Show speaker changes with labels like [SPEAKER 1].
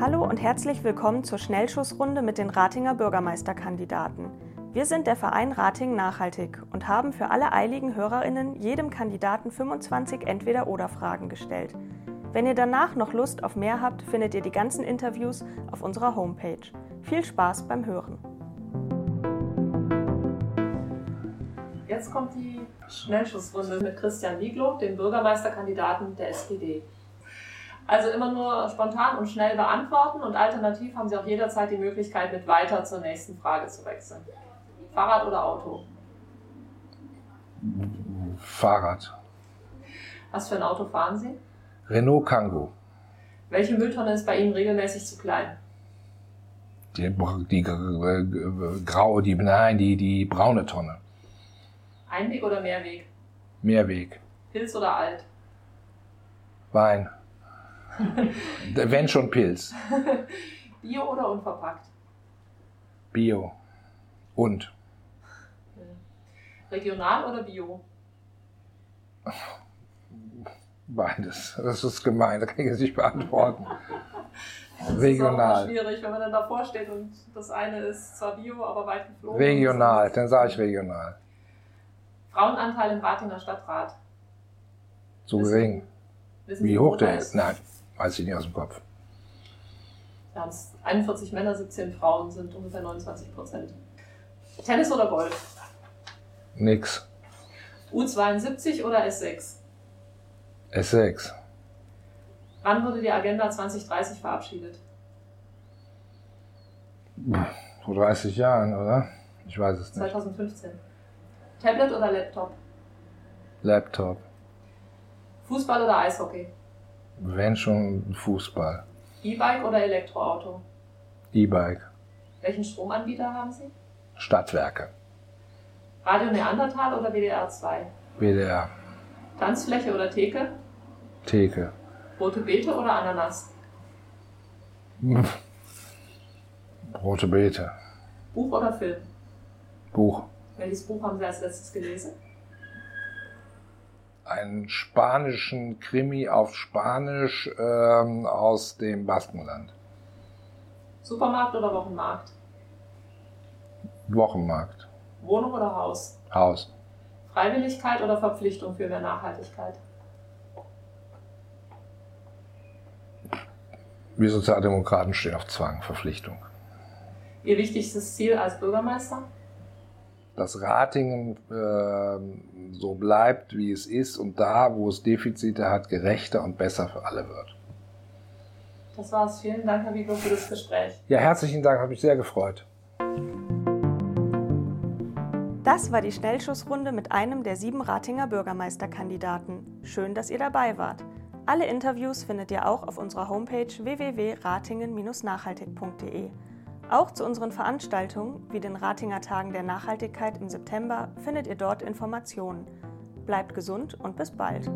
[SPEAKER 1] Hallo und herzlich willkommen zur Schnellschussrunde mit den Ratinger Bürgermeisterkandidaten. Wir sind der Verein Rating Nachhaltig und haben für alle eiligen Hörerinnen jedem Kandidaten 25 Entweder-oder-Fragen gestellt. Wenn ihr danach noch Lust auf mehr habt, findet ihr die ganzen Interviews auf unserer Homepage. Viel Spaß beim Hören.
[SPEAKER 2] Jetzt kommt die Schnellschussrunde mit Christian Wieglow, dem Bürgermeisterkandidaten der SPD. Also immer nur spontan und schnell beantworten und alternativ haben Sie auch jederzeit die Möglichkeit, mit weiter zur nächsten Frage zu wechseln. Fahrrad oder Auto?
[SPEAKER 3] Fahrrad.
[SPEAKER 2] Was für ein Auto fahren Sie?
[SPEAKER 3] Renault Kangoo.
[SPEAKER 2] Welche Mülltonne ist bei Ihnen regelmäßig zu klein?
[SPEAKER 3] Die, die äh, graue, die, nein, die, die braune Tonne.
[SPEAKER 2] Einweg oder Mehrweg?
[SPEAKER 3] Mehrweg.
[SPEAKER 2] Pilz oder alt?
[SPEAKER 3] Wein. Wenn schon Pilz.
[SPEAKER 2] Bio oder unverpackt?
[SPEAKER 3] Bio. Und.
[SPEAKER 2] Regional oder Bio?
[SPEAKER 3] Beides. Das ist gemein, das kann ich jetzt nicht beantworten.
[SPEAKER 2] Das ist auch immer
[SPEAKER 3] Regional.
[SPEAKER 2] schwierig, wenn man dann davor steht und das eine ist zwar Bio, aber weit geflogen.
[SPEAKER 3] Regional, dann sage ich regional.
[SPEAKER 2] Frauenanteil im Ratinger Stadtrat.
[SPEAKER 3] Zu gering.
[SPEAKER 2] Wissen Sie,
[SPEAKER 3] Wie
[SPEAKER 2] wie
[SPEAKER 3] hoch
[SPEAKER 2] hoch
[SPEAKER 3] der
[SPEAKER 2] er
[SPEAKER 3] ist? Nein, weiß ich nicht aus dem Kopf.
[SPEAKER 2] Wir haben es 41 Männer, 17 Frauen sind ungefähr 29 Prozent. Tennis oder Golf?
[SPEAKER 3] Nix.
[SPEAKER 2] U72 oder S6?
[SPEAKER 3] S6.
[SPEAKER 2] Wann wurde die Agenda 2030 verabschiedet?
[SPEAKER 3] Vor 30 Jahren, oder? Ich weiß es nicht.
[SPEAKER 2] 2015. Tablet oder Laptop?
[SPEAKER 3] Laptop.
[SPEAKER 2] Fußball oder Eishockey?
[SPEAKER 3] Wenn schon Fußball.
[SPEAKER 2] E-Bike oder Elektroauto?
[SPEAKER 3] E-Bike.
[SPEAKER 2] Welchen Stromanbieter haben Sie?
[SPEAKER 3] Stadtwerke.
[SPEAKER 2] Radio Neandertal oder WDR 2?
[SPEAKER 3] WDR.
[SPEAKER 2] Tanzfläche oder Theke?
[SPEAKER 3] Theke.
[SPEAKER 2] Rote Beete oder Ananas?
[SPEAKER 3] Pff. Rote Beete.
[SPEAKER 2] Buch oder Film?
[SPEAKER 3] Buch.
[SPEAKER 2] Welches Buch haben Sie als letztes gelesen?
[SPEAKER 3] Einen spanischen Krimi auf Spanisch ähm, aus dem Baskenland.
[SPEAKER 2] Supermarkt oder Wochenmarkt?
[SPEAKER 3] Wochenmarkt.
[SPEAKER 2] Wohnung oder Haus?
[SPEAKER 3] Haus.
[SPEAKER 2] Freiwilligkeit oder Verpflichtung für mehr Nachhaltigkeit?
[SPEAKER 3] Wir Sozialdemokraten stehen auf Zwang, Verpflichtung.
[SPEAKER 2] Ihr wichtigstes Ziel als Bürgermeister?
[SPEAKER 3] Dass Ratingen ähm, so bleibt, wie es ist und da, wo es Defizite hat, gerechter und besser für alle wird.
[SPEAKER 2] Das war's. Vielen Dank, Herr Wieglow, für das Gespräch.
[SPEAKER 3] Ja, herzlichen Dank, hat mich sehr gefreut.
[SPEAKER 1] Das war die Schnellschussrunde mit einem der sieben Ratinger Bürgermeisterkandidaten. Schön, dass ihr dabei wart. Alle Interviews findet ihr auch auf unserer Homepage www.ratingen-nachhaltig.de. Auch zu unseren Veranstaltungen, wie den Ratinger Tagen der Nachhaltigkeit im September, findet ihr dort Informationen. Bleibt gesund und bis bald.